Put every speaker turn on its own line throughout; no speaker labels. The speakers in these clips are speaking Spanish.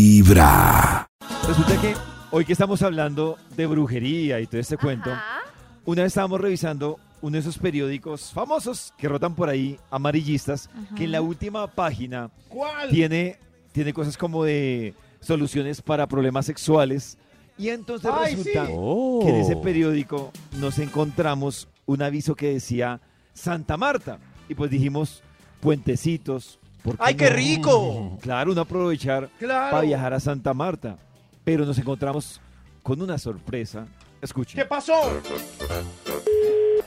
Vibra.
Resulta que hoy que estamos hablando de brujería y todo este cuento, una vez estábamos revisando uno de esos periódicos famosos que rotan por ahí, amarillistas, que en la última página tiene, tiene cosas como de soluciones para problemas sexuales. Y entonces resulta
Oh.
que en ese periódico nos encontramos un aviso que decía Santa Marta. Y pues dijimos, puentecitos. ¿por
¡Ay, qué
no?
rico!
Claro, uno aprovechar
Claro.
para viajar a Santa Marta. Pero nos encontramos con una sorpresa. Escuchen.
¿Qué pasó?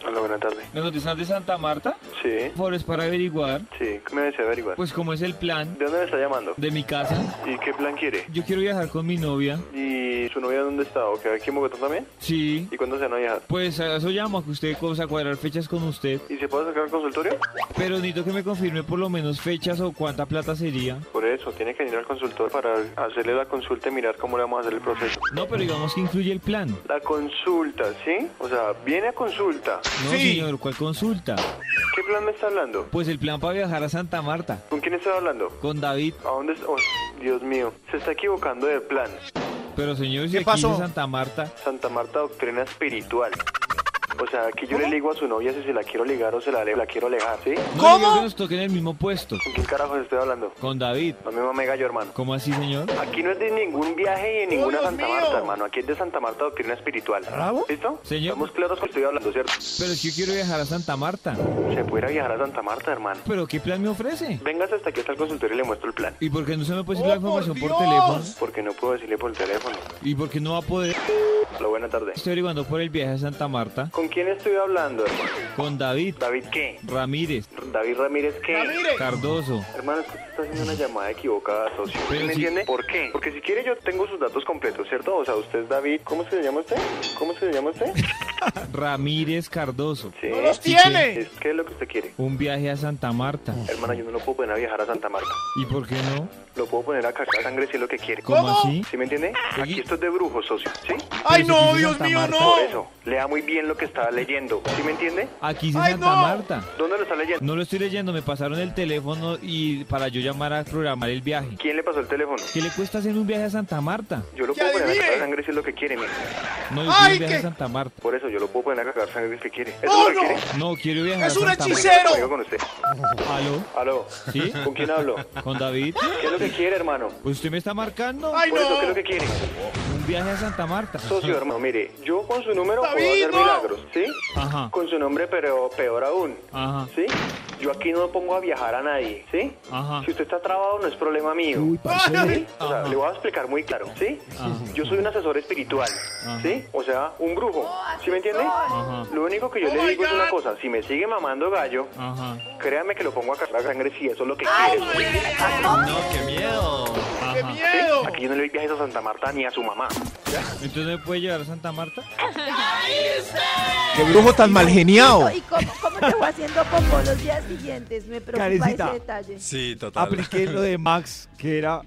Hola, buenas tardes.
¿Nos notizan de Santa Marta?
Sí,
Por es para averiguar,
sí, ¿qué me desea averiguar?
pues cómo es el plan
¿De dónde me está llamando?
de mi casa.
¿Y qué plan quiere?
Yo quiero viajar con mi novia.
¿Y su novia dónde está? ¿O queda aquí en Bogotá también?
Sí.
¿Y cuándo se van a viajar?
Pues a eso llamo a que usted cosa cuadrar fechas con usted.
¿Y se puede sacar el consultorio?
Pero necesito que me confirme por lo menos fechas o cuánta plata sería.
Por eso, tiene que venir al consultor para hacerle la consulta y mirar cómo le vamos a hacer el proceso.
No, pero digamos que incluye el plan.
La consulta, ¿sí? O sea, viene a consulta.
No,
Sí.
señor, ¿cuál consulta?
¿Qué plan me está hablando?
Pues el plan para viajar a Santa Marta.
¿Con quién está hablando?
Con David.
¿A dónde es- oh, Dios mío, se está equivocando de plan.
Pero señor, si
¿Qué
aquí
pasó?
dice Santa Marta.
Santa Marta, doctrina espiritual. O sea, que yo le digo a su novia si se la quiero ligar o se la, la quiero alejar, ¿sí?
No
¿Cómo?
digo que nos toquen el mismo puesto.
¿Con quién carajos estoy hablando?
Con David.
La misma mega yo, hermano.
¿Cómo así, señor?
Aquí no es de ningún viaje y de ninguna
Dios
Santa
mío!
Marta, hermano. Aquí es de Santa Marta doctrina espiritual. ¿Listo?
Señor.
Estamos claros que estoy hablando, ¿cierto?
Pero es que yo quiero viajar a Santa Marta.
Se puede ir a viajar a Santa Marta, hermano.
¿Pero qué plan me ofrece?
Vengas hasta aquí hasta el consultorio y le muestro el plan.
¿Y por qué no se me puede
¡Oh,
decir la información
por
por,
Dios!
teléfono?
Porque no puedo decirle por teléfono.
¿Y por qué no va a poder?
La buena tarde.
Estoy averiguando por el viaje a Santa Marta
¿Con quién estoy hablando, hermano?
con David
¿David qué?
Ramírez
¿David Ramírez qué?
Ramírez.
Cardoso.
Hermano, es que usted está haciendo una llamada equivocada, socio.
Pero
¿Sí ¿Me
si-
entiende? ¿Por qué? Porque si quiere yo tengo sus datos completos, ¿cierto? O sea, usted es David... ¿Cómo se llama usted? ¿Cómo se llama usted?
Ramírez Cardoso.
Sí.
¡No los tiene!
Es- ¿Qué es lo que usted quiere?
Un viaje a Santa Marta.
Hermana, yo no lo puedo poner a viajar a Santa Marta.
¿Y por qué no?
Lo puedo poner a cagar sangre si es lo que quiere.
¿Cómo,
¿Cómo?
así?
¿Sí me entiende? Aquí esto es de brujos, socio. ¿Sí?
Pero
¡Ay,
si
no,
dice
Dios
Santa
mío,
Marta.
no!
Por eso, lea muy bien lo que está leyendo. ¿Sí me entiende?
Aquí dice
¡Ay,
Santa
no!
Marta.
¿Dónde lo está leyendo?
No lo estoy leyendo, me pasaron el teléfono y para yo llamar a programar el viaje.
¿Quién le pasó el teléfono?
¿Qué le cuesta hacer un viaje a Santa Marta?
Yo lo
¡Que
puedo poner a
adivine!
cagar sangre si es lo que quiere, mire.
No, yo quiero
¡Ay,
un viaje
qué-
a Santa Marta.
Por eso, yo lo puedo poner a cagar sangre si quiere. ¿Eso
¡No, ¡Oh,
es lo
no!
que quiere?
No, quiero viajar
¡Es
a
un
Santa Marta.
hechicero!
Oigo con usted.
¿Aló?
¿Aló?
¿Sí?
¿Con quién hablo?
¿Con David?
¿Qué es lo que quiere, hermano?
Pues usted me está marcando
¡Ay,
Por eso, ¿qué es lo
no!
que quiere?
un viaje a Santa Marta.
Socio, hermano, mire, yo con su número puedo
¡David,
hacer
no!
milagros, ¿sí?
Ajá,
Con su nombre, pero peor aún.
ajá,
¿Sí? Yo aquí no pongo a viajar a nadie, ¿sí?
Ajá.
Si usted está trabado, no es problema mío.
¡Ay!
O sea, le voy a explicar muy claro, ¿sí?
Ajá.
Yo soy un asesor espiritual,
Ajá.
¿sí? O sea, un brujo, ¿sí me entiende?
ajá,
Lo único que yo
Oh
le
my
digo es una
God.
cosa, si me sigue mamando gallo,
ajá.
créame que lo pongo a cargar sangre si eso es lo
Oh
que quiere.
No, qué miedo.
¡Qué
Ajá.
miedo!
Aquí yo no le doy viajes a Santa Marta ni a su mamá.
Entonces me puede llevar a Santa Marta.
¡Qué brujo tan mal geniado!
¿Y cómo, cómo te fue haciendo popó los días siguientes? Me preocupa
Karencita.
ese detalle.
Sí, total.
Apliqué lo de Max, que era,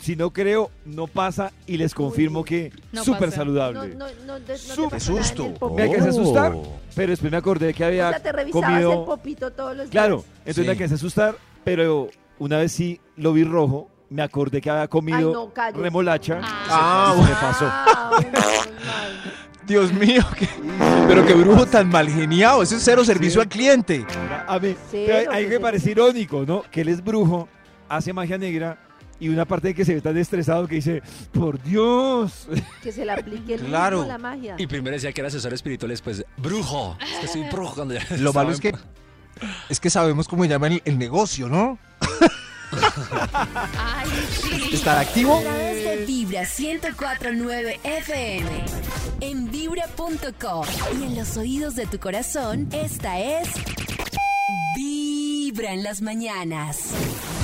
si no creo, no pasa, y les confirmo que
No
súper
pasa.
No,
saludable.
no, no, no, te- no
Súper
te pasó nada en el popó.
Me
O
alcancé a asustar,
Oh.
pero después me acordé que había
sea, te revisabas el
comido...
popito todos los
Claro,
días.
entonces
Sí.
me alcancé a asustar, pero una vez sí lo vi rojo, me acordé que había
Ay,
comido
no, cállate.
remolacha.
Ah,
y se me pasó.
Ah, menos mal.
Dios mío, qué- pero qué brujo tan mal geniado. Ese es cero servicio al cliente.
A mí,
Sí,
pero hay-
lo
hay
que
que
se-
parecer irónico, ¿no? Que él es brujo, hace magia negra y una parte de que se ve tan estresado que dice, por Dios.
que se le aplique el claro.
Claro.
la magia.
Y primero decía que era asesor espiritual, después brujo. Es que soy brujo cuando ya
Lo malo es que
estaba
es que sabemos cómo llaman el, el negocio, ¿no?
Ay, sí.
Estar activo.
A través de Vibra 104.9 FM. En Vibra.com. Y en los oídos de tu corazón, esta es... Vibra en las mañanas.